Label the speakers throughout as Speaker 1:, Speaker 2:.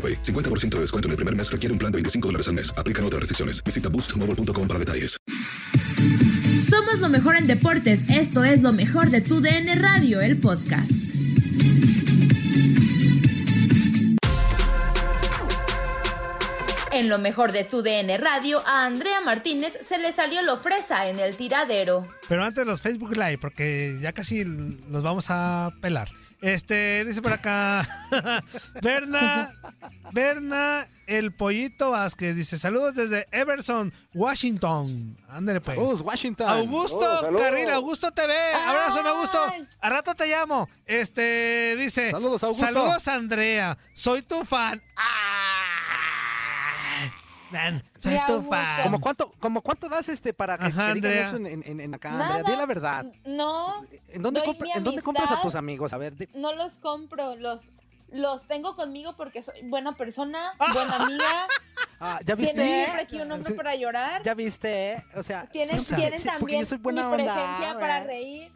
Speaker 1: 50% de descuento en el primer mes requiere un plan de 25 dólares al mes. Aplican otras restricciones. Visita boostmobile.com para detalles.
Speaker 2: Somos lo mejor en deportes. Esto es lo mejor de tu DN Radio, el podcast. En lo mejor de tu DN Radio, a Andrea Martínez se le salió lo fresa en el tiradero.
Speaker 3: Pero antes los Facebook Live, porque ya casi nos vamos a pelar. Este, dice por acá, Berna, Berna, el pollito Vázquez, dice, saludos desde Everson, Washington. Ándale pues.
Speaker 4: Saludos, Washington.
Speaker 5: Ah,
Speaker 3: Augusto
Speaker 4: Oh, saludos.
Speaker 3: Carril, Augusto TV. Abrazo, mi Augusto. A rato te llamo. Este, dice.
Speaker 4: Saludos, Augusto.
Speaker 3: Saludos, Andrea. Soy tu fan. Ah. Man, soy
Speaker 6: Mira,
Speaker 3: tu
Speaker 6: Augusto.
Speaker 3: fan.
Speaker 4: ¿Cómo cuánto, como cuánto das este para que
Speaker 3: Ajá,
Speaker 4: te digan
Speaker 3: Andrea.
Speaker 4: eso en, en- en- en acá,
Speaker 6: Nada.
Speaker 4: Andrea? Di la verdad.
Speaker 6: No,
Speaker 4: ¿En dónde,
Speaker 6: Doy
Speaker 4: compra-
Speaker 6: mi
Speaker 4: ¿En dónde compras a
Speaker 6: amistad.
Speaker 4: tus amigos? A ver, di-
Speaker 6: no los compro, los, los tengo conmigo porque soy buena persona, buena amiga.
Speaker 4: ah, ¿ya viste?
Speaker 6: Tienen siempre aquí un hombre
Speaker 4: Sí,
Speaker 6: para llorar.
Speaker 4: ¿Ya viste? O sea,
Speaker 6: Tienen,
Speaker 4: sí,
Speaker 6: tienen
Speaker 4: sí, porque
Speaker 6: también
Speaker 4: yo soy buena
Speaker 6: mi
Speaker 4: onda,
Speaker 6: presencia
Speaker 4: ¿verdad?
Speaker 6: para reír.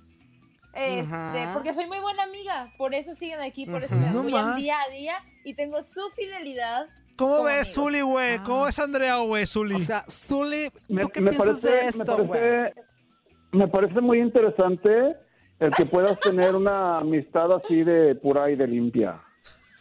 Speaker 6: Este,
Speaker 4: Ajá.
Speaker 5: Ah.
Speaker 6: porque soy muy buena amiga, por eso siguen aquí, por eso
Speaker 3: Ujú.
Speaker 6: me
Speaker 3: No
Speaker 6: apoyan
Speaker 3: más.
Speaker 6: día a día y tengo su fidelidad.
Speaker 3: ¿Cómo
Speaker 6: como
Speaker 3: ves,
Speaker 6: amigos.
Speaker 3: Zuli, güey? ¿Cómo es Andrea, güey, Zuli?
Speaker 4: O sea, Zully, ¿tú
Speaker 7: me,
Speaker 4: qué
Speaker 7: me
Speaker 4: piensas
Speaker 7: parece,
Speaker 4: de
Speaker 7: me,
Speaker 4: esto, güey?
Speaker 7: parece, me parece muy interesante el que puedas tener una amistad así de pura y de limpia.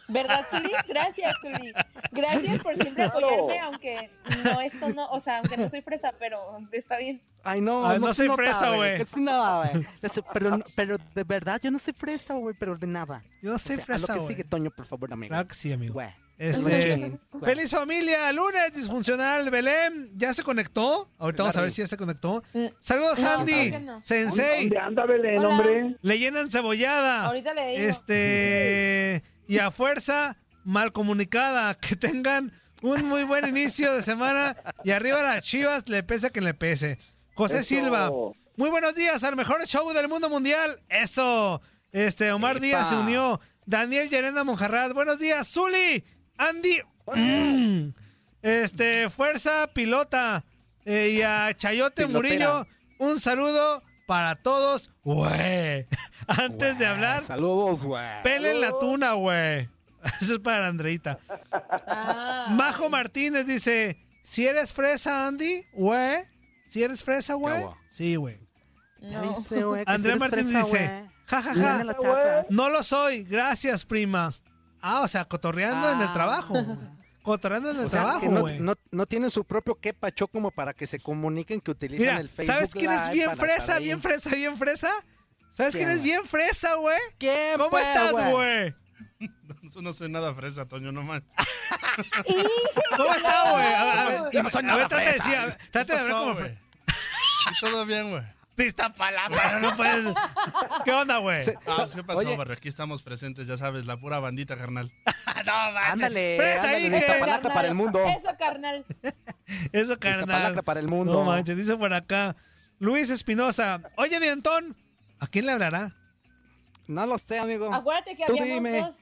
Speaker 6: ¿Verdad, Zuli? Gracias, Zuli. Gracias por siempre
Speaker 7: Claro.
Speaker 6: apoyarme, aunque no, esto no, o sea, aunque no soy fresa, pero está bien.
Speaker 4: Ay, no,
Speaker 3: Ay,
Speaker 4: no,
Speaker 3: no
Speaker 4: se
Speaker 3: soy
Speaker 4: nota,
Speaker 3: fresa, güey.
Speaker 4: Que sí, no, güey. No sé, Pero, no- pero de verdad, yo no soy fresa, güey, pero de nada.
Speaker 3: Yo no sé,
Speaker 4: O sea, a
Speaker 3: fresa,
Speaker 4: lo que
Speaker 3: güey.
Speaker 4: sigue, Toño, por favor, amigo.
Speaker 3: Claro que sí, amigo.
Speaker 4: Güey.
Speaker 3: Este,
Speaker 4: Güey.
Speaker 3: feliz familia, lunes disfuncional, Belén, ¿ya se conectó? Ahorita vamos a ver si ya se conectó.
Speaker 6: Mm.
Speaker 3: Saludos,
Speaker 6: No,
Speaker 3: Andy,
Speaker 6: creo que no.
Speaker 3: Sensei,
Speaker 7: ¿Dónde anda Belén,
Speaker 6: Hola.
Speaker 7: hombre?
Speaker 3: le llenan cebollada.
Speaker 6: Ahorita le digo.
Speaker 3: Este, y a fuerza mal comunicada, que tengan un muy buen inicio de semana y arriba las chivas, le pese a quien le pese. José
Speaker 7: Eso.
Speaker 3: Silva, muy buenos días al mejor show del mundo mundial. Eso, este, Omar
Speaker 4: Epa.
Speaker 3: Díaz se unió. Daniel Llerena Monjarrat, buenos días. Zuli, Andy, mm. este, fuerza pilota. Eh, y a Chayote
Speaker 4: Pilotera.
Speaker 3: Murillo, un saludo para todos. Güey. Antes de hablar,
Speaker 4: Saludos, güey.
Speaker 3: Pelen la tuna, güey. Eso es para Andreita.
Speaker 6: Ah.
Speaker 3: Majo Martínez dice: Si eres fresa, Andy, güey. Si eres fresa, güey.
Speaker 4: Agua.
Speaker 3: Sí, güey.
Speaker 6: No.
Speaker 3: Andrea Martínez dice: Ja, ja, ja.
Speaker 4: la chacra.
Speaker 3: No lo soy. Gracias, prima. Ah, o sea, cotorreando en el trabajo. güey. Cotorreando en el
Speaker 4: O sea, que
Speaker 3: trabajo,
Speaker 4: no,
Speaker 3: güey.
Speaker 4: no, no tienen su propio qué pacho como para que se comuniquen que utilizan
Speaker 3: Mira,
Speaker 4: el Facebook
Speaker 3: ¿sabes quién es
Speaker 4: Live
Speaker 3: bien
Speaker 4: para
Speaker 3: fresa,
Speaker 4: estar ahí.
Speaker 3: bien fresa, bien fresa?
Speaker 4: ¿Quién,
Speaker 3: ¿Sabes quién es
Speaker 4: güey?
Speaker 3: bien fresa, güey?
Speaker 4: ¿Quién,
Speaker 3: ¿Cómo
Speaker 4: pues,
Speaker 3: estás,
Speaker 4: güey?
Speaker 3: güey?
Speaker 8: Eso no soy nada fresa, Toño, no manches.
Speaker 3: ¿Cómo está, güey? A, a- a-
Speaker 8: Y no
Speaker 3: a
Speaker 8: soy
Speaker 3: ver,
Speaker 8: nada
Speaker 3: trata de
Speaker 8: fresa.
Speaker 3: decir, a ver, trata de
Speaker 8: ¿Qué
Speaker 3: hablar
Speaker 8: pasó,
Speaker 3: como
Speaker 8: güey?
Speaker 3: fre-
Speaker 8: Y todo bien, güey.
Speaker 3: De esta palabra, no puedes. ¿Qué onda, güey?
Speaker 8: Ah, pues, ¿Qué pasó,
Speaker 3: Oye.
Speaker 8: Barrio? Aquí estamos presentes, ya sabes, la pura bandita, carnal.
Speaker 5: Ándale.
Speaker 3: Pero es
Speaker 5: ándale,
Speaker 3: ahí
Speaker 5: de
Speaker 3: que-
Speaker 5: Iztapalacra para el mundo.
Speaker 6: Eso, carnal.
Speaker 3: Eso, carnal.
Speaker 5: Iztapalacra para el mundo.
Speaker 3: No manches, dice por acá. Luis Espinosa. Oye, de Antón, ¿a quién le hablará?
Speaker 5: No lo sé, amigo.
Speaker 6: Acuérdate que
Speaker 5: Tú
Speaker 6: habíamos
Speaker 5: dime.
Speaker 6: dos.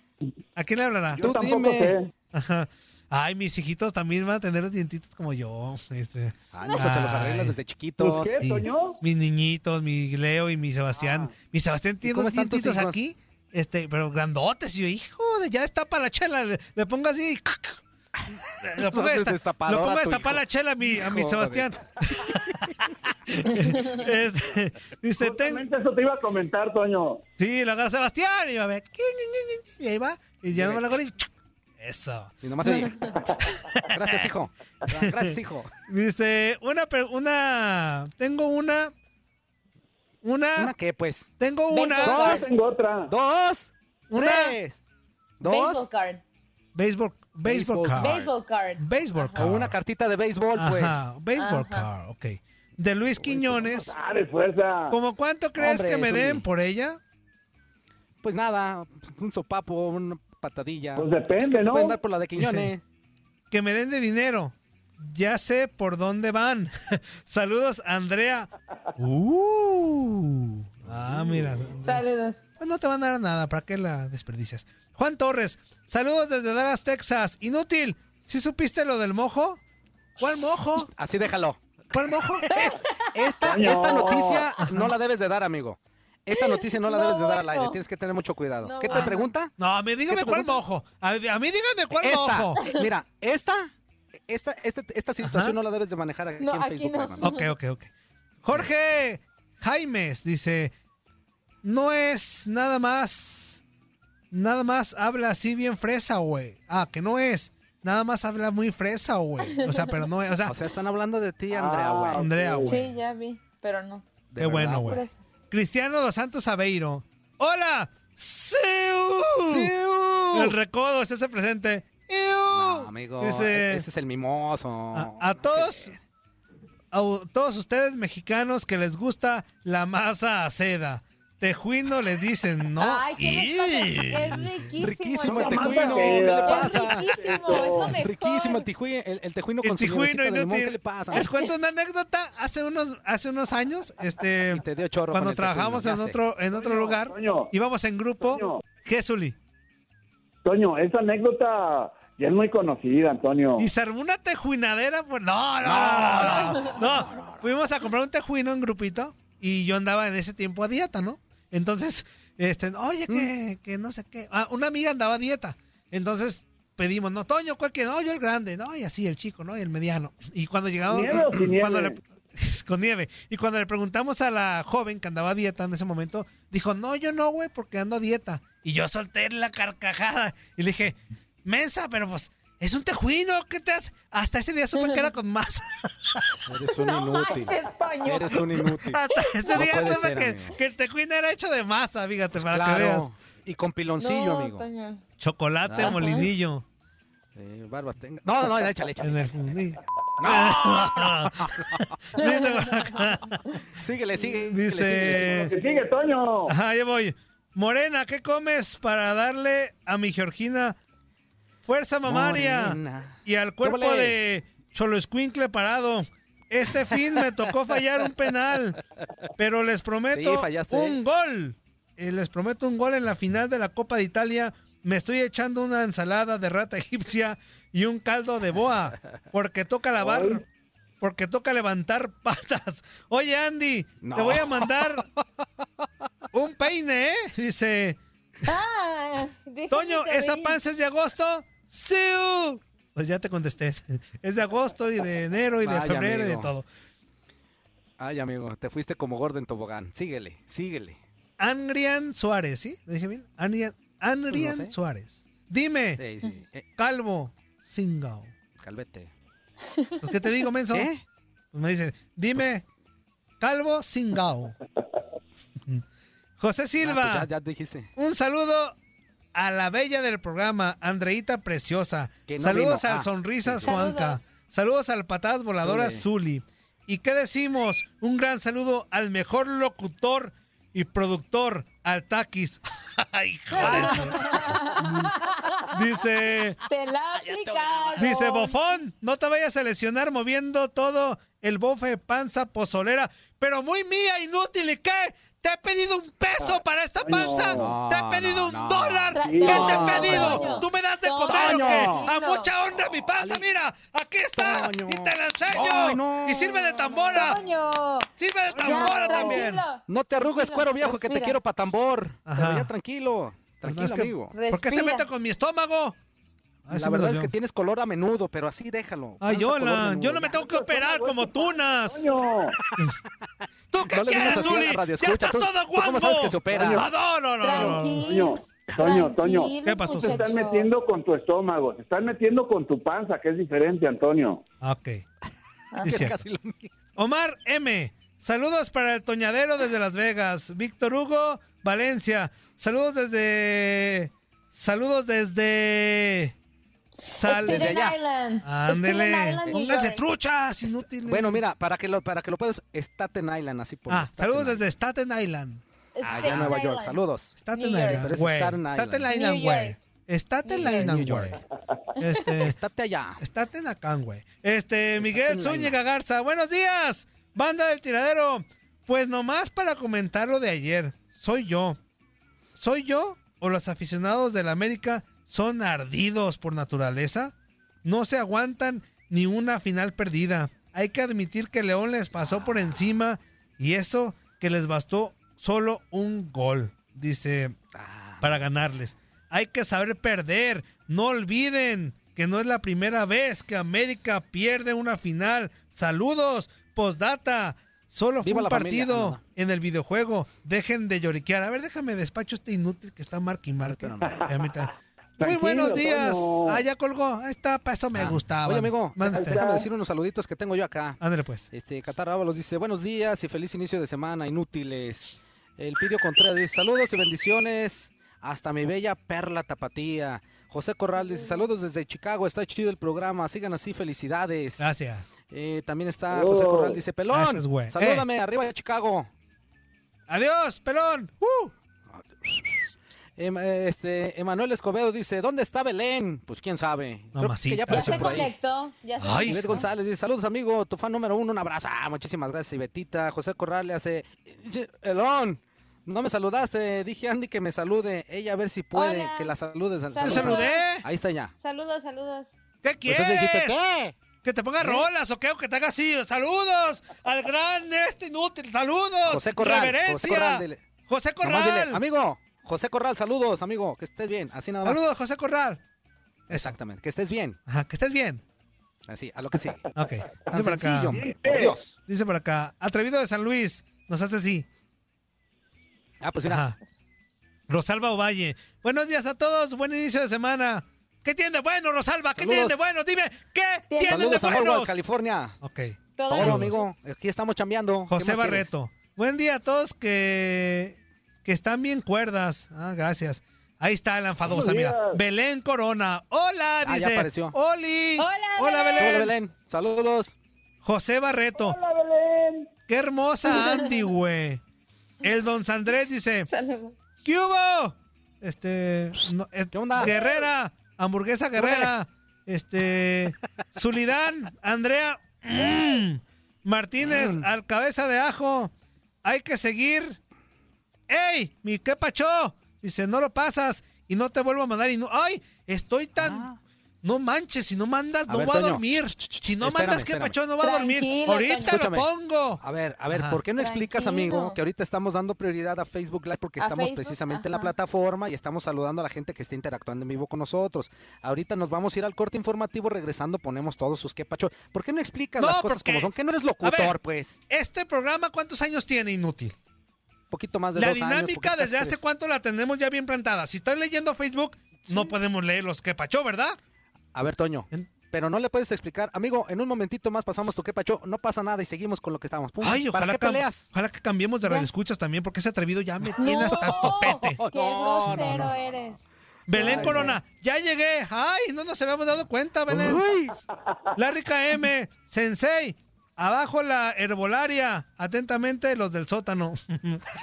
Speaker 3: ¿A quién le hablará?
Speaker 5: Yo Tú tampoco dime. sé.
Speaker 3: Ajá. Ay, mis hijitos también van a tener los dientitos como yo. Este.
Speaker 5: Ah, no, pues se los arreglas desde chiquitos.
Speaker 3: Sí. Mis niñitos, mi Leo y mi Sebastián. Mi Sebastián tiene
Speaker 5: Ah. cómo
Speaker 3: unos
Speaker 5: están tus
Speaker 3: dientitos
Speaker 5: hijos?
Speaker 3: aquí, este, pero grandotes. Y yo, hijo, de, ya está para la chela. Le, le pongo así. Lo pongo a
Speaker 5: Haces
Speaker 3: desta-
Speaker 5: destapador
Speaker 3: lo pongo
Speaker 5: a
Speaker 3: a
Speaker 5: tu
Speaker 3: destapar
Speaker 5: hijo.
Speaker 3: la chela a mi, a mi
Speaker 5: Hijo de-
Speaker 3: Sebastián. Este, dice,
Speaker 7: Justamente eso te iba a comentar, Toño.
Speaker 3: Sí, lo agarra Sebastián y va a ver. "Quin, quin, quin", Y ahí va. Y ya no me la agarra y ¡chuc! Eso.
Speaker 5: Y nomás oye. Gracias, hijo. Gracias, hijo.
Speaker 3: Dice, una, per- una, tengo una, una,
Speaker 5: ¿Una qué, pues?
Speaker 3: tengo
Speaker 6: Baseball
Speaker 3: una,
Speaker 6: card.
Speaker 5: Dos.
Speaker 7: Tengo otra.
Speaker 5: Dos.
Speaker 3: Una.
Speaker 5: Tres.
Speaker 6: Baseball
Speaker 5: Dos.
Speaker 6: card.
Speaker 3: baseball, baseball
Speaker 5: Baseball.
Speaker 3: card,
Speaker 6: Baseball card.
Speaker 3: baseball
Speaker 5: O
Speaker 3: card,
Speaker 5: una cartita de béisbol, pues.
Speaker 3: Ajá, baseball
Speaker 6: Ajá.
Speaker 3: card, ok. De Luis Quiñones,
Speaker 7: Ah, de fuerza.
Speaker 3: ¿cómo cuánto crees
Speaker 5: Hombre,
Speaker 3: que me
Speaker 5: es un-
Speaker 3: den por ella?
Speaker 5: Pues nada, un sopapo, una patadilla.
Speaker 7: Pues depende,
Speaker 5: que te
Speaker 7: ¿no?
Speaker 5: pueden dar por la de Quiñones.
Speaker 3: Que me den de dinero. Ya sé por dónde van. Saludos, Andrea. Uh, ah, mira.
Speaker 6: Saludos.
Speaker 3: Pues no te van a dar nada, ¿para qué la desperdicias? Juan Torres, saludos desde Dallas, Texas. Inútil, ¿sí supiste lo del mojo? ¿Cuál mojo?
Speaker 5: Así déjalo.
Speaker 3: ¿Cuál mojo?
Speaker 5: Esta,
Speaker 7: Coño.
Speaker 5: esta noticia no la debes de dar, amigo. Esta noticia no la
Speaker 6: No,
Speaker 5: debes de dar al
Speaker 6: bueno.
Speaker 5: aire. Tienes que tener mucho cuidado.
Speaker 6: No,
Speaker 5: ¿Qué te
Speaker 6: bueno.
Speaker 5: pregunta?
Speaker 3: No, a mí dígame
Speaker 5: ¿Qué te
Speaker 3: cuál
Speaker 5: preguntas?
Speaker 3: mojo. A, a mí dígame cuál
Speaker 5: esta.
Speaker 3: mojo.
Speaker 5: Mira, esta, esta, esta, esta situación
Speaker 3: Ajá.
Speaker 5: no la debes de manejar aquí
Speaker 6: No,
Speaker 5: en
Speaker 6: aquí
Speaker 5: Facebook.
Speaker 6: no.
Speaker 5: hermano.
Speaker 3: Ok, ok, ok. Jorge Jaimes dice, no es nada más, nada más habla así bien fresa, güey. Ah, que no es, nada más habla muy fresa, güey. O sea, pero no es, o sea,
Speaker 5: O sea, están hablando de ti, Andrea, güey.
Speaker 3: Ah, Andrea, güey.
Speaker 6: Sí, ya vi, pero no.
Speaker 5: De
Speaker 3: Qué bueno,
Speaker 5: verdad,
Speaker 3: güey.
Speaker 6: Por eso.
Speaker 3: Cristiano dos Santos Aveiro. ¡Hola! ¡Siu!
Speaker 5: Sí, uh.
Speaker 3: El recodo se hace presente.
Speaker 5: No,
Speaker 3: ¡Iu!
Speaker 5: amigo, e-,
Speaker 3: Dice, Ah,
Speaker 5: ese es el mimoso.
Speaker 3: a, a todos, a u- todos ustedes mexicanos que les gusta la masa a seda. Tejuino le dicen, ¿no?
Speaker 6: Ah, Ay, qué
Speaker 3: Y-
Speaker 6: rico. Es riquísimo.
Speaker 5: Riquísimo el
Speaker 6: el
Speaker 7: tejuino.
Speaker 5: tejuino,
Speaker 7: ¿qué
Speaker 5: ¿qué le
Speaker 7: le
Speaker 6: Es
Speaker 5: pasa?
Speaker 6: riquísimo, es lo
Speaker 5: Riquísimo el
Speaker 6: mejor.
Speaker 5: tejuino, el, el tejuino
Speaker 3: El
Speaker 5: con su
Speaker 3: tijuino
Speaker 5: limoncito de limón,
Speaker 3: inútil.
Speaker 5: ¿qué le pasa?
Speaker 3: Les cuento una anécdota. Hace unos, hace unos años, este,
Speaker 5: Y te dio chorro con
Speaker 3: cuando
Speaker 5: el tejuino,
Speaker 3: trabajamos
Speaker 5: ya
Speaker 3: en
Speaker 5: sé.
Speaker 3: otro, en otro
Speaker 7: Toño,
Speaker 3: lugar,
Speaker 7: Toño.
Speaker 3: íbamos en
Speaker 7: Toño.
Speaker 3: grupo. Jesuli.
Speaker 7: Toño, esa anécdota ya es muy conocida, Antonio.
Speaker 3: Y se armó una tejuinadera, pues no, no, no, no, no, no. Fuimos a comprar un tejuino en grupito y yo andaba en ese tiempo a dieta, ¿no? Entonces, este, oye,
Speaker 7: Mm.
Speaker 3: que, que no sé qué. Ah, una amiga andaba a dieta. Entonces pedimos, no, Toño, ¿cuál que no? Yo el grande, no, y así el chico, ¿no? Y el mediano. Y cuando llegamos.
Speaker 7: ¿Nieve o sin nieve?
Speaker 3: cuando le- con nieve. Y cuando le preguntamos a la joven que andaba a dieta en ese momento, dijo, no, yo no, güey, porque ando a dieta. Y yo solté la carcajada y le dije, mensa, pero pues, es un tejuino, ¿qué te hace? Hasta ese día supe que era con masa.
Speaker 5: Eres un
Speaker 6: No
Speaker 5: inútil.
Speaker 6: manches, Toño.
Speaker 5: Eres un inútil.
Speaker 3: Hasta ese
Speaker 5: No
Speaker 3: día
Speaker 5: puede
Speaker 3: supe
Speaker 5: ser,
Speaker 3: que,
Speaker 5: amigo. Pues
Speaker 3: que el tejuino era hecho de masa, fíjate, para que veas.
Speaker 5: Claro. Y con piloncillo,
Speaker 6: no,
Speaker 5: amigo.
Speaker 6: Toño.
Speaker 3: Chocolate,
Speaker 5: Ajá.
Speaker 3: molinillo.
Speaker 5: Eh, barbas tenga- No, no, no, échale, échale.
Speaker 3: En el fundillo.
Speaker 5: Síguele, sigue.
Speaker 3: Dice-
Speaker 7: Que sigue, Toño.
Speaker 3: Ajá, ya voy. Morena, ¿qué comes para darle a mi Georgina fuerza mamaria
Speaker 5: Morena.
Speaker 3: y al cuerpo
Speaker 5: ¡Tómale!
Speaker 3: de Choloescuincle parado? Este fin me tocó fallar un penal, pero les prometo
Speaker 5: Sí, fallaste.
Speaker 3: un gol. Eh, les prometo un gol en la final de la Copa de Italia. Me estoy echando una ensalada de rata egipcia y un caldo de boa, porque toca lavar, porque toca levantar patas. Oye, Andy, te
Speaker 5: No.
Speaker 3: voy a mandar un peine, ¿eh? Dice,
Speaker 6: Ah, déjame
Speaker 3: Toño,
Speaker 6: que
Speaker 3: ¿esa
Speaker 6: reí.
Speaker 3: panza es de agosto? ¡Sí! Pues ya te contesté. Es de agosto y de enero y de
Speaker 5: Vaya,
Speaker 3: febrero y de
Speaker 5: amigo.
Speaker 3: todo.
Speaker 5: Ay, amigo, te fuiste como gordo en tobogán. Síguele, síguele.
Speaker 3: Anrian Suárez, ¿sí? ¿Lo dije bien? Anrian, Anrian
Speaker 5: Pues no sé.
Speaker 3: Suárez. Dime,
Speaker 5: Sí, sí. Eh,
Speaker 3: calvo, singao.
Speaker 5: calvete.
Speaker 3: Pues, ¿qué te digo, menso?
Speaker 5: ¿Eh?
Speaker 3: Pues me dice, dime, calvo, singao. José
Speaker 5: Ah, pues
Speaker 3: Silva,
Speaker 5: Ah, ya, ya dijiste.
Speaker 3: un saludo a la bella del programa, Andreita Preciosa.
Speaker 5: Que no
Speaker 3: Saludos
Speaker 5: vino.
Speaker 3: al
Speaker 5: Ah.
Speaker 3: Sonrisas
Speaker 5: Sí.
Speaker 3: Juanca.
Speaker 5: Saludos.
Speaker 3: Saludos al Patadas Voladoras
Speaker 5: Ole.
Speaker 3: Zuli. ¿Y qué decimos? Un gran saludo al mejor locutor y productor, al Taquis. Ay, joder. Dice...
Speaker 6: Te la
Speaker 3: Ah,
Speaker 6: aplicaron.
Speaker 3: Dice Bofón, no te vayas a lesionar moviendo todo el bofe panza pozolera. Pero muy mía, inútil, ¿y qué? Te he pedido un peso para esta panza. te he pedido un dólar.
Speaker 5: Tra-
Speaker 3: ¿Qué te
Speaker 5: no,
Speaker 3: he pedido?
Speaker 5: Toño.
Speaker 3: ¿Tú me das de comer
Speaker 5: Toño.
Speaker 3: o qué? A
Speaker 5: Tranquilo.
Speaker 3: mucha honra mi panza, mira. Aquí está. Y te la enseño.
Speaker 5: Ay, no.
Speaker 3: Y sirve de tambora. Sirve de tambora también.
Speaker 5: No te
Speaker 6: Pues
Speaker 5: arrugues,
Speaker 3: Tranquilo,
Speaker 5: cuero viejo, que te
Speaker 3: respira.
Speaker 5: quiero pa' tambor. Pero ya tranquilo. Tranquilo,
Speaker 3: Es que-
Speaker 5: amigo.
Speaker 3: ¿Por qué se mete con mi estómago? Ay, sí
Speaker 5: la
Speaker 3: me
Speaker 5: verdad
Speaker 3: dolió. Ah,
Speaker 5: es que tienes color a menudo, pero así déjalo.
Speaker 3: Ay,
Speaker 5: Panza color
Speaker 3: hola,
Speaker 5: menudo,
Speaker 3: yo no me
Speaker 5: ya.
Speaker 3: tengo que operar como tunas. ¿Tú qué
Speaker 5: No le digas
Speaker 3: quieres,
Speaker 5: así a la
Speaker 3: Zuli?
Speaker 5: radio
Speaker 3: ¡Ya
Speaker 5: escucha,
Speaker 3: estás
Speaker 5: tú-
Speaker 3: todo
Speaker 5: tú cómo
Speaker 3: guapo!
Speaker 5: sabes que se opera.
Speaker 3: Ah, No, no, no, no, no.
Speaker 7: Toño, Toño, Toño.
Speaker 3: ¿Qué pasó?
Speaker 7: Se están metiendo con tu estómago, se están metiendo con tu panza, que es diferente, Antonio.
Speaker 3: Ok. Es cierto.
Speaker 5: Casi lo mismo.
Speaker 3: Omar M. Saludos para el Toñadero desde Las Vegas. Víctor Hugo, Valencia. Saludos desde. Saludos desde. Sal...
Speaker 6: Desde Island.
Speaker 3: Ándele.
Speaker 6: Staten Island, New
Speaker 3: Pónganse
Speaker 6: York.
Speaker 3: truchas, inútiles.
Speaker 5: Bueno, mira, para que lo, para que lo puedas, Staten Island, así por
Speaker 3: Ah,
Speaker 5: Staten
Speaker 3: saludos
Speaker 5: Island.
Speaker 3: desde Staten Island.
Speaker 6: Ah,
Speaker 5: Allá en Nueva York, saludos.
Speaker 3: Staten
Speaker 5: New York. Pero
Speaker 3: Island,
Speaker 5: es
Speaker 3: güey.
Speaker 5: Staten Island.
Speaker 3: Staten
Speaker 5: New
Speaker 3: Island, güey.
Speaker 5: York.
Speaker 3: Staten
Speaker 5: New York,
Speaker 3: Island,
Speaker 5: New York.
Speaker 3: güey. Este,
Speaker 5: Estate allá.
Speaker 3: Staten acá, güey. Este, Miguel
Speaker 5: Island.
Speaker 3: Zúñiga Garza. Buenos días, banda del tiradero. Pues nomás para comentar lo de ayer. Soy yo. ¿Soy yo o los aficionados del América son ardidos por naturaleza? No se aguantan ni una final perdida. Hay que admitir que León les pasó por encima y eso que les bastó solo un gol, dice, para ganarles. Hay que saber perder. No olviden que no es la primera vez que América pierde una final. Saludos, postdata. Solo fue
Speaker 5: Viva
Speaker 3: un
Speaker 5: la familia.
Speaker 3: partido
Speaker 5: No, no.
Speaker 3: en el videojuego. Dejen de lloriquear. A ver, déjame despacho este inútil que está marque y marque. Ya me está- Muy
Speaker 5: Tranquilo,
Speaker 3: buenos días.
Speaker 5: Toño. Ah.
Speaker 3: Ah, ya colgó. Ahí está, para eso me gustaba.
Speaker 5: Oye, amigo,
Speaker 3: Mande usted.
Speaker 5: déjame decir unos saluditos que tengo yo acá.
Speaker 3: Ándale, pues.
Speaker 5: Este, Catar Ábalos dice, buenos días y feliz inicio de semana, inútiles. El Pidio Contreras dice, saludos y bendiciones hasta mi bella perla tapatía. José Corral dice, saludos desde Chicago, está chido el programa, sigan así, felicidades.
Speaker 3: Gracias.
Speaker 5: Eh, también está
Speaker 3: Saludos.
Speaker 5: José Corral, dice, pelón,
Speaker 3: Gracias, güey. Eh.
Speaker 5: salúdame, arriba de Chicago.
Speaker 3: Adiós, pelón. ¡Uh!
Speaker 5: Em- eh, este, Emanuel Escobedo dice, ¿dónde está Belén? Pues quién sabe. Creo que ya
Speaker 6: Ya,
Speaker 5: apareció
Speaker 6: se
Speaker 5: por ahí.
Speaker 6: conectó. Ya se
Speaker 5: Ay.
Speaker 6: conectó.
Speaker 5: González dice, saludos amigo, tu fan número uno, un abrazo. Ah, muchísimas gracias, y Betita. José Corral le hace, Elón, no me saludaste, dije a Andy que me salude, ella a ver si puede,
Speaker 6: Hola.
Speaker 5: que la saludes.
Speaker 6: Te saludé.
Speaker 5: Ahí está ya.
Speaker 6: Saludos, saludos.
Speaker 3: ¿Qué
Speaker 5: Entonces Pues, dijiste,
Speaker 3: quieres?
Speaker 5: ¿qué?
Speaker 3: Que te ponga
Speaker 5: ¿Eh?
Speaker 3: rolas o qué, o que te haga así. Saludos al gran este inútil. Saludos.
Speaker 5: José Corral,
Speaker 3: Reverencia.
Speaker 5: José Corral, dile.
Speaker 3: José
Speaker 5: Nomás dile,
Speaker 3: Corral.
Speaker 5: amigo, José Corral, saludos, amigo, que estés bien, así nada más.
Speaker 3: Saludos, José Corral.
Speaker 5: Exactamente, que estés bien,
Speaker 3: Ajá, que estés bien.
Speaker 5: así, a lo que sí.
Speaker 3: Ok.
Speaker 5: Tan
Speaker 3: Dice por acá.
Speaker 5: sencillo, por Dios.
Speaker 3: Dice por acá. Atrevido de San Luis. Nos hace así.
Speaker 5: Ah, pues mira.
Speaker 3: Ajá. Rosalba Ovalle. Buenos días a todos. Buen inicio de semana. ¿Qué tiene de bueno, Rosalba? ¿Qué
Speaker 5: Saludos.
Speaker 3: tiene de bueno? Dime, ¿qué tiene de
Speaker 5: Saludos a Norwalk,
Speaker 3: bueno?
Speaker 5: California.
Speaker 3: Ok.
Speaker 5: Todo, amigo, aquí estamos chambeando. ¿Qué
Speaker 3: José
Speaker 5: más quieres?
Speaker 3: Barreto. Buen día a todos que, que están bien cuerdas. Ah, gracias. Ahí está la enfadosa,
Speaker 5: Buenos
Speaker 3: mira.
Speaker 5: días.
Speaker 3: Belén Corona. Hola,
Speaker 5: Ah, ya
Speaker 3: dice.
Speaker 5: apareció.
Speaker 3: Oli.
Speaker 6: Hola,
Speaker 3: Belén.
Speaker 5: Hola, Belén. Saludos.
Speaker 3: José Barreto.
Speaker 6: Hola, Belén.
Speaker 3: Qué hermosa Andy, güey. El Don Sandrés dice,
Speaker 6: Saludos.
Speaker 3: ¿qué hubo? Este, no, eh, Guerrera, hamburguesa guerrera. Este, Zulidán, Andrea mm, Martínez,
Speaker 5: Mm.
Speaker 3: al cabeza de ajo. Hay que seguir. ¡Ey, mi qué pacho! Dice, no lo pasas y no te vuelvo a mandar. Y no, ¡Ay, estoy tan... No manches, si no mandas,
Speaker 5: Ah. A
Speaker 3: no
Speaker 5: ver,
Speaker 3: voy a
Speaker 5: Toño.
Speaker 3: dormir. Si no
Speaker 5: Espérame,
Speaker 3: mandas, qué
Speaker 5: espérame.
Speaker 3: pacho, no voy a dormir.
Speaker 6: Tranquilo,
Speaker 3: Ahorita
Speaker 5: Escúchame.
Speaker 3: lo pongo.
Speaker 5: A ver, a ver,
Speaker 3: Ajá.
Speaker 5: ¿por qué no explicas, amigo,
Speaker 6: Tranquilo.
Speaker 5: que ahorita estamos dando prioridad a Facebook Live porque
Speaker 6: A
Speaker 5: estamos
Speaker 6: Facebook,
Speaker 5: precisamente en la
Speaker 6: ajá.
Speaker 5: plataforma y estamos saludando a la gente que está interactuando en vivo con nosotros? Ahorita nos vamos a ir al corte informativo, regresando ponemos todos sus quepacho. ¿Por qué no explicas
Speaker 3: No,
Speaker 5: las cosas
Speaker 3: porque-
Speaker 5: como son? Que no eres
Speaker 3: A
Speaker 5: locutor,
Speaker 3: ver.
Speaker 5: pues.
Speaker 3: Este programa, ¿cuántos años tiene, inútil?
Speaker 5: Un poquito más de
Speaker 3: La
Speaker 5: dos años,
Speaker 3: dinámica
Speaker 5: poquitas
Speaker 3: desde hace
Speaker 5: tres.
Speaker 3: cuánto la tenemos ya bien plantada. Si estás leyendo Facebook, no podemos leer los que pachó, ¿verdad?
Speaker 5: A ver, Toño. Pero no le puedes explicar, amigo, en un momentito más pasamos tu quepacho, no pasa nada y seguimos con lo que estábamos. Pum,
Speaker 3: Ay,
Speaker 5: ¿Para
Speaker 3: ojalá,
Speaker 5: qué
Speaker 3: cam-
Speaker 5: peleas?
Speaker 3: ojalá que cambiemos de
Speaker 6: Ya.
Speaker 3: radioescuchas también, porque ese atrevido ya me tiene
Speaker 6: No,
Speaker 5: Oh,
Speaker 3: hasta el copete.
Speaker 6: Qué
Speaker 5: no, no,
Speaker 6: grosero
Speaker 5: no.
Speaker 6: eres.
Speaker 3: Belén
Speaker 9: Ay,
Speaker 3: Corona, ya llegué. Ay, no nos habíamos dado cuenta, Belén. La rica M, Sensei, abajo la herbolaria. Atentamente los del sótano.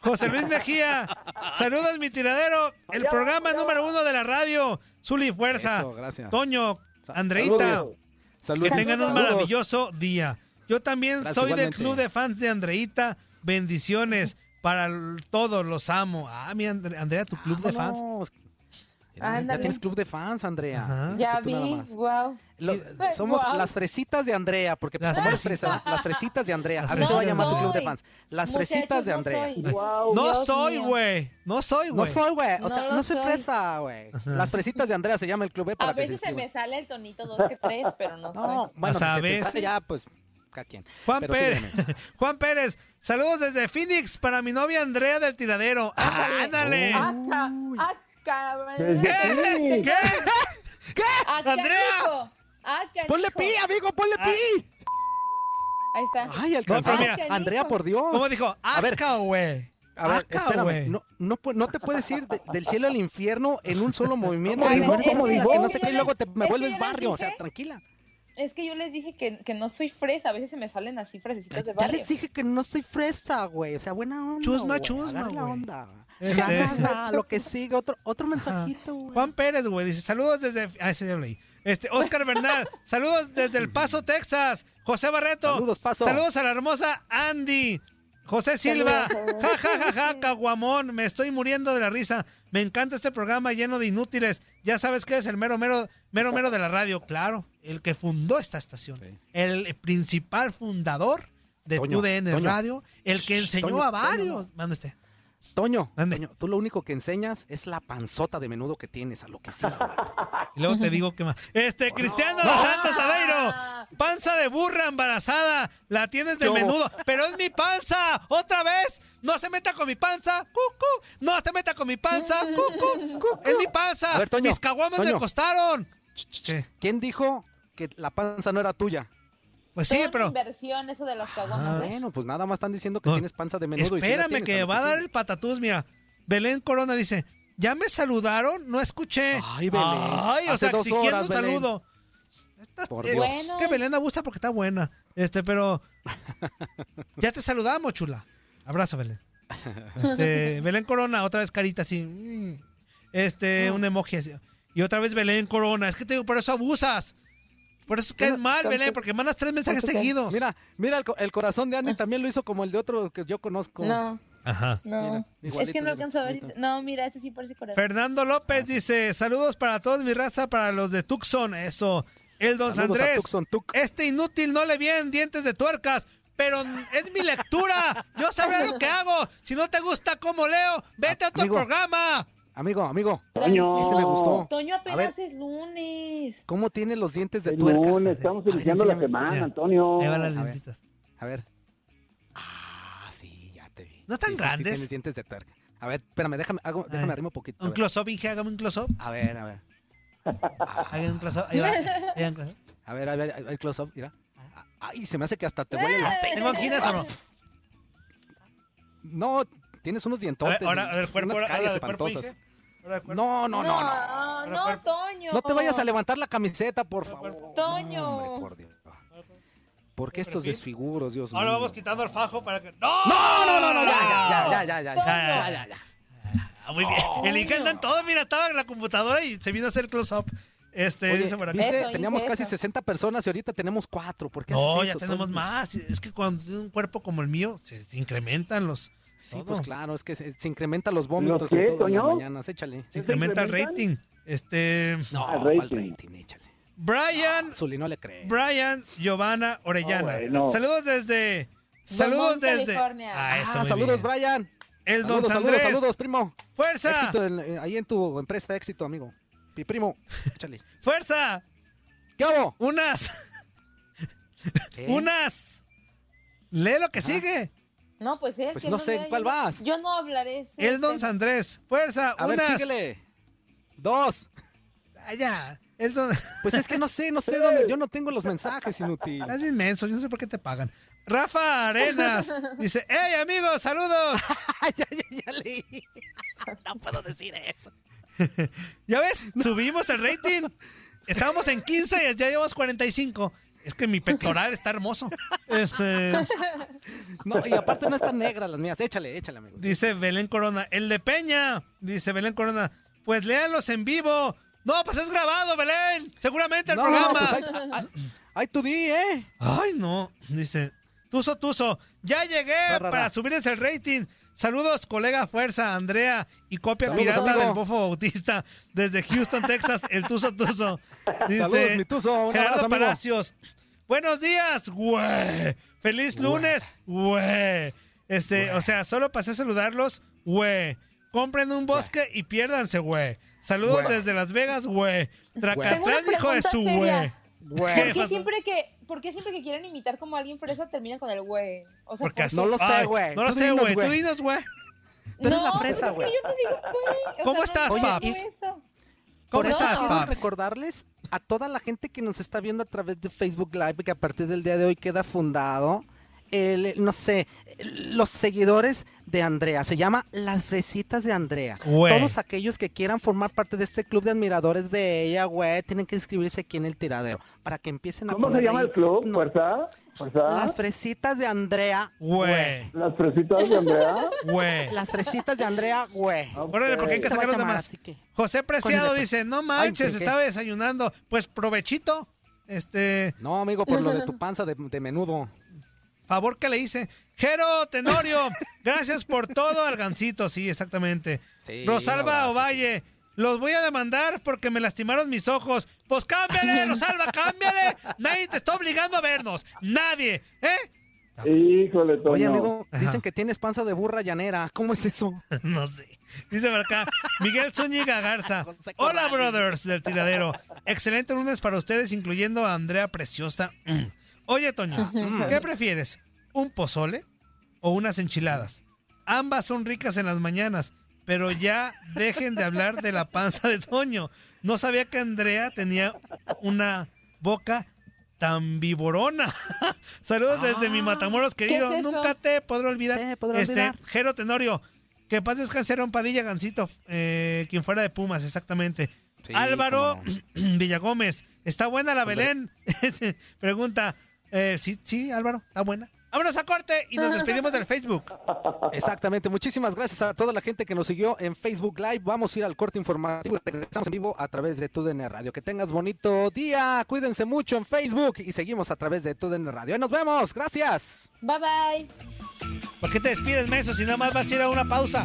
Speaker 3: José Luis Mejía, saludos mi tiradero, el programa número uno de la radio. Zuli Fuerza.
Speaker 5: Eso, gracias.
Speaker 3: Toño, Andreita.
Speaker 5: Saludos. Saludos.
Speaker 3: Que tengan un
Speaker 5: Saludos.
Speaker 3: maravilloso día. Yo también
Speaker 5: Gracias,
Speaker 3: soy del
Speaker 5: igualmente.
Speaker 3: club de fans de Andreita. Bendiciones para l- todos, los amo. Ah, mi Andre- Andrea, tu club de fans.
Speaker 5: Vámonos. Ya
Speaker 6: Ándale.
Speaker 5: tienes club de fans, Andrea.
Speaker 6: Ya
Speaker 3: Ah,
Speaker 5: Fíjate tú nada
Speaker 6: vi,
Speaker 5: más.
Speaker 6: wow.
Speaker 5: Lo-
Speaker 6: Eh,
Speaker 5: somos
Speaker 6: guau.
Speaker 5: las fresitas de Andrea, porque pues,
Speaker 3: Las
Speaker 5: como eres
Speaker 3: fresitas.
Speaker 5: fresa, las fresitas de Andrea. Así
Speaker 3: No
Speaker 5: se va a llamar tu
Speaker 3: soy.
Speaker 5: club de fans. Las
Speaker 3: Muchachos,
Speaker 5: fresitas de
Speaker 3: no
Speaker 5: Andrea.
Speaker 3: soy. No
Speaker 5: Dios
Speaker 3: soy,
Speaker 5: mío.
Speaker 3: güey. No soy,
Speaker 5: No
Speaker 3: güey.
Speaker 5: soy, güey. O
Speaker 6: No
Speaker 5: sea,
Speaker 6: lo
Speaker 5: no soy
Speaker 6: soy.
Speaker 5: fresa, güey. Las fresitas de Andrea se llama el club eh, para
Speaker 6: A
Speaker 5: que
Speaker 6: veces se
Speaker 5: inscriban.
Speaker 6: me sale el tonito dos que tres, pero no soy.
Speaker 5: No, bueno,
Speaker 3: O sea,
Speaker 5: si se te
Speaker 3: ¿ves?
Speaker 5: sale ya, pues, cada quien.
Speaker 3: Juan
Speaker 5: Pero
Speaker 3: Pérez.
Speaker 5: sígueme.
Speaker 3: Juan Pérez, saludos desde Phoenix para mi novia Andrea del tiradero. Ándale.
Speaker 6: Ah, ca- ah, cabrón.
Speaker 3: ¿Qué? ¿Qué?
Speaker 6: Ah, canijo.
Speaker 3: Andrea.
Speaker 6: Ah, canijo.
Speaker 5: Ponle pi, amigo, ponle pi.
Speaker 6: Ahí está.
Speaker 5: Ay,
Speaker 3: Ah. pero
Speaker 5: alcanzó.
Speaker 3: mira,
Speaker 5: Andrea, por Dios.
Speaker 3: ¿Cómo dijo?
Speaker 5: A ver,
Speaker 3: Aca, güey.
Speaker 5: A ver,
Speaker 3: Acá,
Speaker 5: espérame,
Speaker 3: güey.
Speaker 5: no, no, pu- no te puedes ir de- del cielo al infierno en un solo movimiento.
Speaker 6: A ver,
Speaker 5: Primero
Speaker 6: es
Speaker 5: como
Speaker 6: que-
Speaker 5: de
Speaker 6: es
Speaker 5: que
Speaker 6: que
Speaker 5: no
Speaker 6: yo
Speaker 5: sé qué y
Speaker 6: les-
Speaker 5: luego te,
Speaker 6: es
Speaker 5: me
Speaker 6: que
Speaker 5: vuelves
Speaker 6: yo les
Speaker 5: barrio. O sea,
Speaker 6: dije-
Speaker 5: tranquila.
Speaker 6: Es que yo les dije que, que no soy fresa. A veces se me salen así frasecitas de
Speaker 5: Ya
Speaker 6: barrio.
Speaker 5: les dije que no soy fresa, güey. O sea, buena onda.
Speaker 3: Chusma,
Speaker 5: güey,
Speaker 3: chusma,
Speaker 5: agarra la
Speaker 3: güey.
Speaker 5: onda.
Speaker 3: Este-
Speaker 5: Ya, ya, Lo que sigue, otro, otro mensajito, güey.
Speaker 3: Juan Pérez, güey, dice, saludos desde... Ah, ese ya lo leí. Este, Oscar Bernal, saludos desde El Paso, Texas. José Barreto.
Speaker 5: Saludos, Paso.
Speaker 3: Saludos a la hermosa Andy. José Silva.
Speaker 6: Saludos.
Speaker 3: Ja, ja, ja, ja, caguamón. Me estoy muriendo de la risa. Me encanta este programa lleno de inútiles. Ya sabes que es el mero, mero, mero, mero de la radio. Claro, el que fundó esta estación.
Speaker 5: Sí.
Speaker 3: El principal fundador de
Speaker 5: Toño,
Speaker 3: TUDN
Speaker 5: Toño.
Speaker 3: Radio. El que
Speaker 5: Shh,
Speaker 3: enseñó
Speaker 5: Toño,
Speaker 3: a
Speaker 5: Toño,
Speaker 3: varios.
Speaker 5: no.
Speaker 3: Manda usted.
Speaker 5: Toño,
Speaker 3: Mande.
Speaker 5: Toño, tú lo único que enseñas es la panzota de menudo que tienes, a lo que sea. güey.
Speaker 3: Y luego te digo que más. Este, Cristiano Dos Santos Aveiro. Panza de burra embarazada. La tienes de
Speaker 5: ¿Cómo?
Speaker 3: menudo. Pero es mi panza. Otra vez. No se meta con mi panza. Cucu. No se meta con mi panza. Cucu. Es mi panza.
Speaker 5: A ver, Toño,
Speaker 3: Mis caguamas me
Speaker 5: Toño.
Speaker 3: costaron. ¿Qué?
Speaker 5: ¿Quién dijo que la panza no era tuya?
Speaker 3: Pues
Speaker 6: Todo
Speaker 3: sí,
Speaker 6: una
Speaker 3: pero.
Speaker 6: inversión eso de las caguamas. ¿eh?
Speaker 5: Bueno, pues nada más están diciendo que
Speaker 3: Ah. No.
Speaker 5: tienes panza de menudo. y sí la
Speaker 3: Espérame
Speaker 5: tienes,
Speaker 3: que
Speaker 5: lo
Speaker 3: va a dar
Speaker 5: sigue.
Speaker 3: el patatús, mira. Belén Corona dice, ¿ya me saludaron? No escuché.
Speaker 5: Ay, Belén.
Speaker 3: Ay, o
Speaker 5: Hace
Speaker 3: sea,
Speaker 5: dos
Speaker 3: exigiendo
Speaker 5: horas,
Speaker 3: un
Speaker 5: Belén.
Speaker 3: saludo. Estas-
Speaker 5: Por
Speaker 3: eh,
Speaker 5: Dios.
Speaker 6: Bueno.
Speaker 3: Que Belén abusa porque está buena. Este, pero... ya te saludamos, chula. Abrazo, Belén. Este, Belén Corona, otra vez carita así. mm. Este, un emoji así. Y otra vez Belén Corona. Es que te digo, por eso abusas. Por eso es que es
Speaker 5: Bueno,
Speaker 3: mal,
Speaker 5: con
Speaker 3: Belén,
Speaker 5: su-
Speaker 3: porque mandas tres mensajes
Speaker 6: con su-
Speaker 3: seguidos.
Speaker 5: Mira, mira, el, co- el corazón de Andy también lo hizo como el de otro que yo conozco.
Speaker 6: No,
Speaker 3: Ajá.
Speaker 6: no.
Speaker 5: Mira,
Speaker 6: es que
Speaker 5: igualito,
Speaker 6: no alcanzo a ver.
Speaker 5: igualito.
Speaker 6: si- No, mira, este sí parece corazón.
Speaker 3: Fernando López dice, saludos para todos mi raza, para los de Tucson, eso. El don
Speaker 5: Saludos a
Speaker 3: Andrés,
Speaker 5: Tucson, Tuc.
Speaker 3: este inútil no le bien dientes de tuercas, pero n- es mi lectura, yo sabré lo que hago. Si no te gusta cómo leo, vete a otro
Speaker 5: Amigo.
Speaker 3: programa.
Speaker 5: Amigo, amigo,
Speaker 6: Tranquilo.
Speaker 5: ese me gustó.
Speaker 6: Toño
Speaker 5: A
Speaker 6: apenas es lunes.
Speaker 5: ¿Cómo tiene los dientes de
Speaker 7: El
Speaker 5: tuerca?
Speaker 7: lunes, estamos
Speaker 5: A ver,
Speaker 7: iniciando la
Speaker 5: enséñame.
Speaker 7: semana,
Speaker 3: Ya.
Speaker 7: Antonio.
Speaker 3: Ahí van las
Speaker 5: a ver.
Speaker 3: lentitas.
Speaker 5: A ver. Ah, sí, ya te vi.
Speaker 3: No tan
Speaker 5: Sí, sí, sí,
Speaker 3: grandes.
Speaker 5: tienes dientes de tuerca. A ver, espérame, déjame, hago, déjame
Speaker 3: Ay.
Speaker 5: arrimo un poquito. A
Speaker 3: Un
Speaker 5: ver,
Speaker 3: close-up, Inge, hágame un close-up.
Speaker 5: a ver, a ver.
Speaker 3: Hágame un close-up, ahí va, ahí va un close-up.
Speaker 5: A ver, a ver, el close-up, mira. Ay, se me hace que hasta te huele la pena.
Speaker 3: ¿Tengo anginas o no?
Speaker 5: No, tienes unos
Speaker 3: A
Speaker 5: dientotes.
Speaker 3: ver, ahora del cuerpo,
Speaker 5: unas
Speaker 3: ahora, ahora
Speaker 5: caries
Speaker 3: del cuerpo, Inge.
Speaker 5: espantosas.
Speaker 3: Ahora del cuerpo.
Speaker 5: No, no, no, no.
Speaker 6: No,
Speaker 3: Pero,
Speaker 6: no,
Speaker 3: pero,
Speaker 6: Toño.
Speaker 5: No te vayas a levantar la camiseta, por favor.
Speaker 6: Toño.
Speaker 5: No, hombre, por Dios. ¿Por qué estos
Speaker 3: perfil.
Speaker 5: desfiguros, Dios mío?
Speaker 3: Ahora vamos quitando el fajo para que... ¡No!
Speaker 5: No, no, no, no, ya, ya, ya, ya, ya, ya, ya,
Speaker 6: Toño.
Speaker 5: ya, ya, ya.
Speaker 3: Ah, muy bien. El Inge anda en todo, mira, estaba en la computadora y se vino a hacer close-up. Este,
Speaker 5: Oye,
Speaker 3: dice por acá.
Speaker 5: ¿viste?
Speaker 6: Eso,
Speaker 5: Teníamos
Speaker 6: hice
Speaker 5: casi
Speaker 6: eso.
Speaker 5: 60 personas y ahorita tenemos 4. ¿Por qué
Speaker 3: No,
Speaker 5: haces
Speaker 3: ya
Speaker 5: eso,
Speaker 3: tenemos
Speaker 5: Toño?
Speaker 3: más. Es que cuando tiene un cuerpo como el mío, se, se incrementan los.
Speaker 5: Sí,
Speaker 3: todo.
Speaker 5: pues claro, es que se, se incrementan los vómitos
Speaker 7: ¿Los
Speaker 5: sobre
Speaker 7: qué,
Speaker 5: todo en las
Speaker 7: Toño?
Speaker 5: mañanas. Échale.
Speaker 3: Se incrementa el rating. Este.
Speaker 5: No,
Speaker 7: Ah,
Speaker 5: ¿cuál
Speaker 7: rating.
Speaker 5: rating? Échale.
Speaker 3: Brian,
Speaker 5: Zuli, no le cree.
Speaker 3: Brian, Giovanna Orellana.
Speaker 7: No, güey, no.
Speaker 3: Saludos
Speaker 6: Del
Speaker 3: desde. Saludos
Speaker 6: Monte,
Speaker 3: desde.
Speaker 6: California.
Speaker 3: Ah, eso,
Speaker 5: Ah,
Speaker 3: muy bien.
Speaker 5: saludos, Brian.
Speaker 3: El don
Speaker 5: saludos, saludos,
Speaker 3: Andrés.
Speaker 5: saludos, primo.
Speaker 3: ¡Fuerza!
Speaker 5: Éxito en- en- ahí en tu empresa, éxito, amigo. Mi primo, échale.
Speaker 3: ¡Fuerza!
Speaker 5: ¿Qué hago?
Speaker 3: ¡Unas! ¡Unas! Lee lo que sigue.
Speaker 6: No, pues él.
Speaker 5: Pues
Speaker 6: que
Speaker 5: no sé,
Speaker 6: lea, yo
Speaker 5: ¿cuál
Speaker 6: no-
Speaker 5: vas?
Speaker 6: Yo no hablaré. sí,
Speaker 3: El don
Speaker 6: pero-
Speaker 3: Andrés. ¡Fuerza!
Speaker 5: A ver,
Speaker 3: ¡Unas!
Speaker 5: síguele. Dos.
Speaker 3: Ah, ya. El don.
Speaker 5: Pues es que no sé, no sé dónde. Yo no tengo los mensajes, inútil.
Speaker 3: Estás bien menso, yo no sé por qué te pagan. Rafa Arenas dice, hey amigos, saludos.
Speaker 5: Ay, ya, ya, ya leí. No puedo decir eso.
Speaker 3: ¿Ya ves? Subimos el rating. Estábamos en 15 y ya llevamos 45. Es que mi pectoral está hermoso. Este.
Speaker 5: No, y aparte no están negras las mías. Échale, échale, amigo.
Speaker 3: Dice Belén Corona. El de Peña. Dice Belén Corona. Pues léalos en vivo. No, pues es grabado, Belén. Seguramente el
Speaker 5: No,
Speaker 3: programa.
Speaker 5: pues ahí- Ay, tú di, ¿eh?
Speaker 3: Ay, no. Dice, Tuso, Tuso, ya llegué
Speaker 5: Ra, ra, ra.
Speaker 3: para subirles el rating. Saludos, colega Fuerza, Andrea y copia
Speaker 5: Saludos,
Speaker 3: pirata
Speaker 5: amigo.
Speaker 3: del Bofo Bautista desde Houston, Texas, el Tuso Tuso.
Speaker 5: Saludos, mi Tuso, un
Speaker 3: Gerardo
Speaker 5: abrazo, amigo.
Speaker 3: Palacios. Buenos días, güey. Feliz lunes, güey. Este, o sea, solo pasé a saludarlos, güey. Compren un bosque y piérdanse, güey. Saludos
Speaker 10: Güey.
Speaker 3: desde Las Vegas, güey.
Speaker 6: Tengo una
Speaker 3: Tracatlán, hijo de
Speaker 6: pregunta
Speaker 3: su
Speaker 6: seria.
Speaker 3: güey.
Speaker 6: ¿Por qué,
Speaker 3: Jefas-
Speaker 6: siempre que, ¿Por qué siempre que quieren imitar como a alguien fresa terminan con el güey? O sea, ¿por
Speaker 3: Porque así-
Speaker 6: qué?
Speaker 3: Ay, No lo
Speaker 5: Tú
Speaker 3: sé,
Speaker 5: dinos,
Speaker 3: güey. Tú
Speaker 5: güey.
Speaker 3: dinos, güey.
Speaker 5: Tú eres la
Speaker 6: No,
Speaker 5: fresa,
Speaker 6: pues es que
Speaker 5: güey.
Speaker 6: yo no digo güey. O
Speaker 3: ¿Cómo
Speaker 6: sea,
Speaker 3: estás,
Speaker 6: no digo
Speaker 3: Paps?
Speaker 6: eso.
Speaker 3: ¿Cómo
Speaker 5: Por eso
Speaker 3: estás,
Speaker 5: quiero
Speaker 3: Paps?
Speaker 5: recordarles a toda la gente que nos está viendo a través de Facebook Live que a partir del día de hoy queda fundado el, no sé, los seguidores de Andrea. Se llama Las Fresitas de Andrea.
Speaker 3: Güey.
Speaker 5: Todos aquellos que quieran formar parte de este club de admiradores de ella, güey, tienen que inscribirse aquí en el tiradero para que empiecen a
Speaker 7: ¿Cómo se
Speaker 5: poner
Speaker 7: llama
Speaker 5: ahí
Speaker 7: el club? ¿Fuerza?
Speaker 5: Las
Speaker 7: ¿Fuerza?
Speaker 5: Fresitas de Andrea.
Speaker 3: Güey.
Speaker 7: ¿Las fresitas de Andrea?
Speaker 3: Güey.
Speaker 5: Las Fresitas de Andrea, güey.
Speaker 7: Ah.
Speaker 3: Órale, porque hay que
Speaker 5: Se va a
Speaker 3: sacar los
Speaker 5: llamar
Speaker 3: demás.
Speaker 5: así que-
Speaker 3: José Preciado
Speaker 5: Con el-
Speaker 3: dice, no
Speaker 5: Ay,
Speaker 3: manches,
Speaker 5: ¿qué?
Speaker 3: estaba desayunando. Pues provechito, este,
Speaker 5: No, amigo, por lo de tu panza de, de menudo.
Speaker 3: favor que le hice. Jero Tenorio, gracias por todo, Algancito. Sí, exactamente.
Speaker 5: Sí, un
Speaker 3: Rosalba
Speaker 5: abrazo,
Speaker 3: Ovalle, los voy a demandar porque me lastimaron mis ojos. Pues cámbiale, Rosalba, cámbiale. Nadie te está obligando a vernos. Nadie, ¿eh?
Speaker 7: Híjole, Toño.
Speaker 5: Oye, amigo, dicen que tienes panza de burra llanera. ¿Cómo es eso?
Speaker 3: No sé. Dice por acá, Miguel Zúñiga Garza. Hola, brothers del tiradero. Excelente lunes para ustedes, incluyendo a Andrea Preciosa. Mm. Oye, Toño,
Speaker 6: Ujú.
Speaker 3: ¿qué prefieres? ¿Un pozole o unas enchiladas? Ambas son ricas en las mañanas, pero ya dejen de hablar de la panza de Toño. No sabía que Andrea tenía una boca tan viborona. Saludos desde mi Matamoros, querido.
Speaker 5: Ah, es eso?
Speaker 3: Nunca te podré olvidar.
Speaker 5: podré
Speaker 3: este,
Speaker 5: olvidar.
Speaker 3: Jero Tenorio, que paz descanse un Padilla Gancito, eh, quien fuera de Pumas, exactamente.
Speaker 5: Sí,
Speaker 3: Álvaro
Speaker 5: cómo
Speaker 3: Villagómez, ¿está buena la Belén? Pregunta, eh, sí, sí, Álvaro, está buena. Vámonos a corte y nos despedimos del Facebook.
Speaker 5: Exactamente. Muchísimas gracias a toda la gente que nos siguió en Facebook Live. Vamos a ir al corte informativo. y Regresamos en vivo a través de TUDN Radio. Que tengas bonito día. Cuídense mucho en Facebook y seguimos a través de TUDN Radio. Ahí nos vemos. Gracias.
Speaker 6: Bye, bye.
Speaker 3: ¿Por qué te despides, Meso, si nada más vas a ir a una pausa?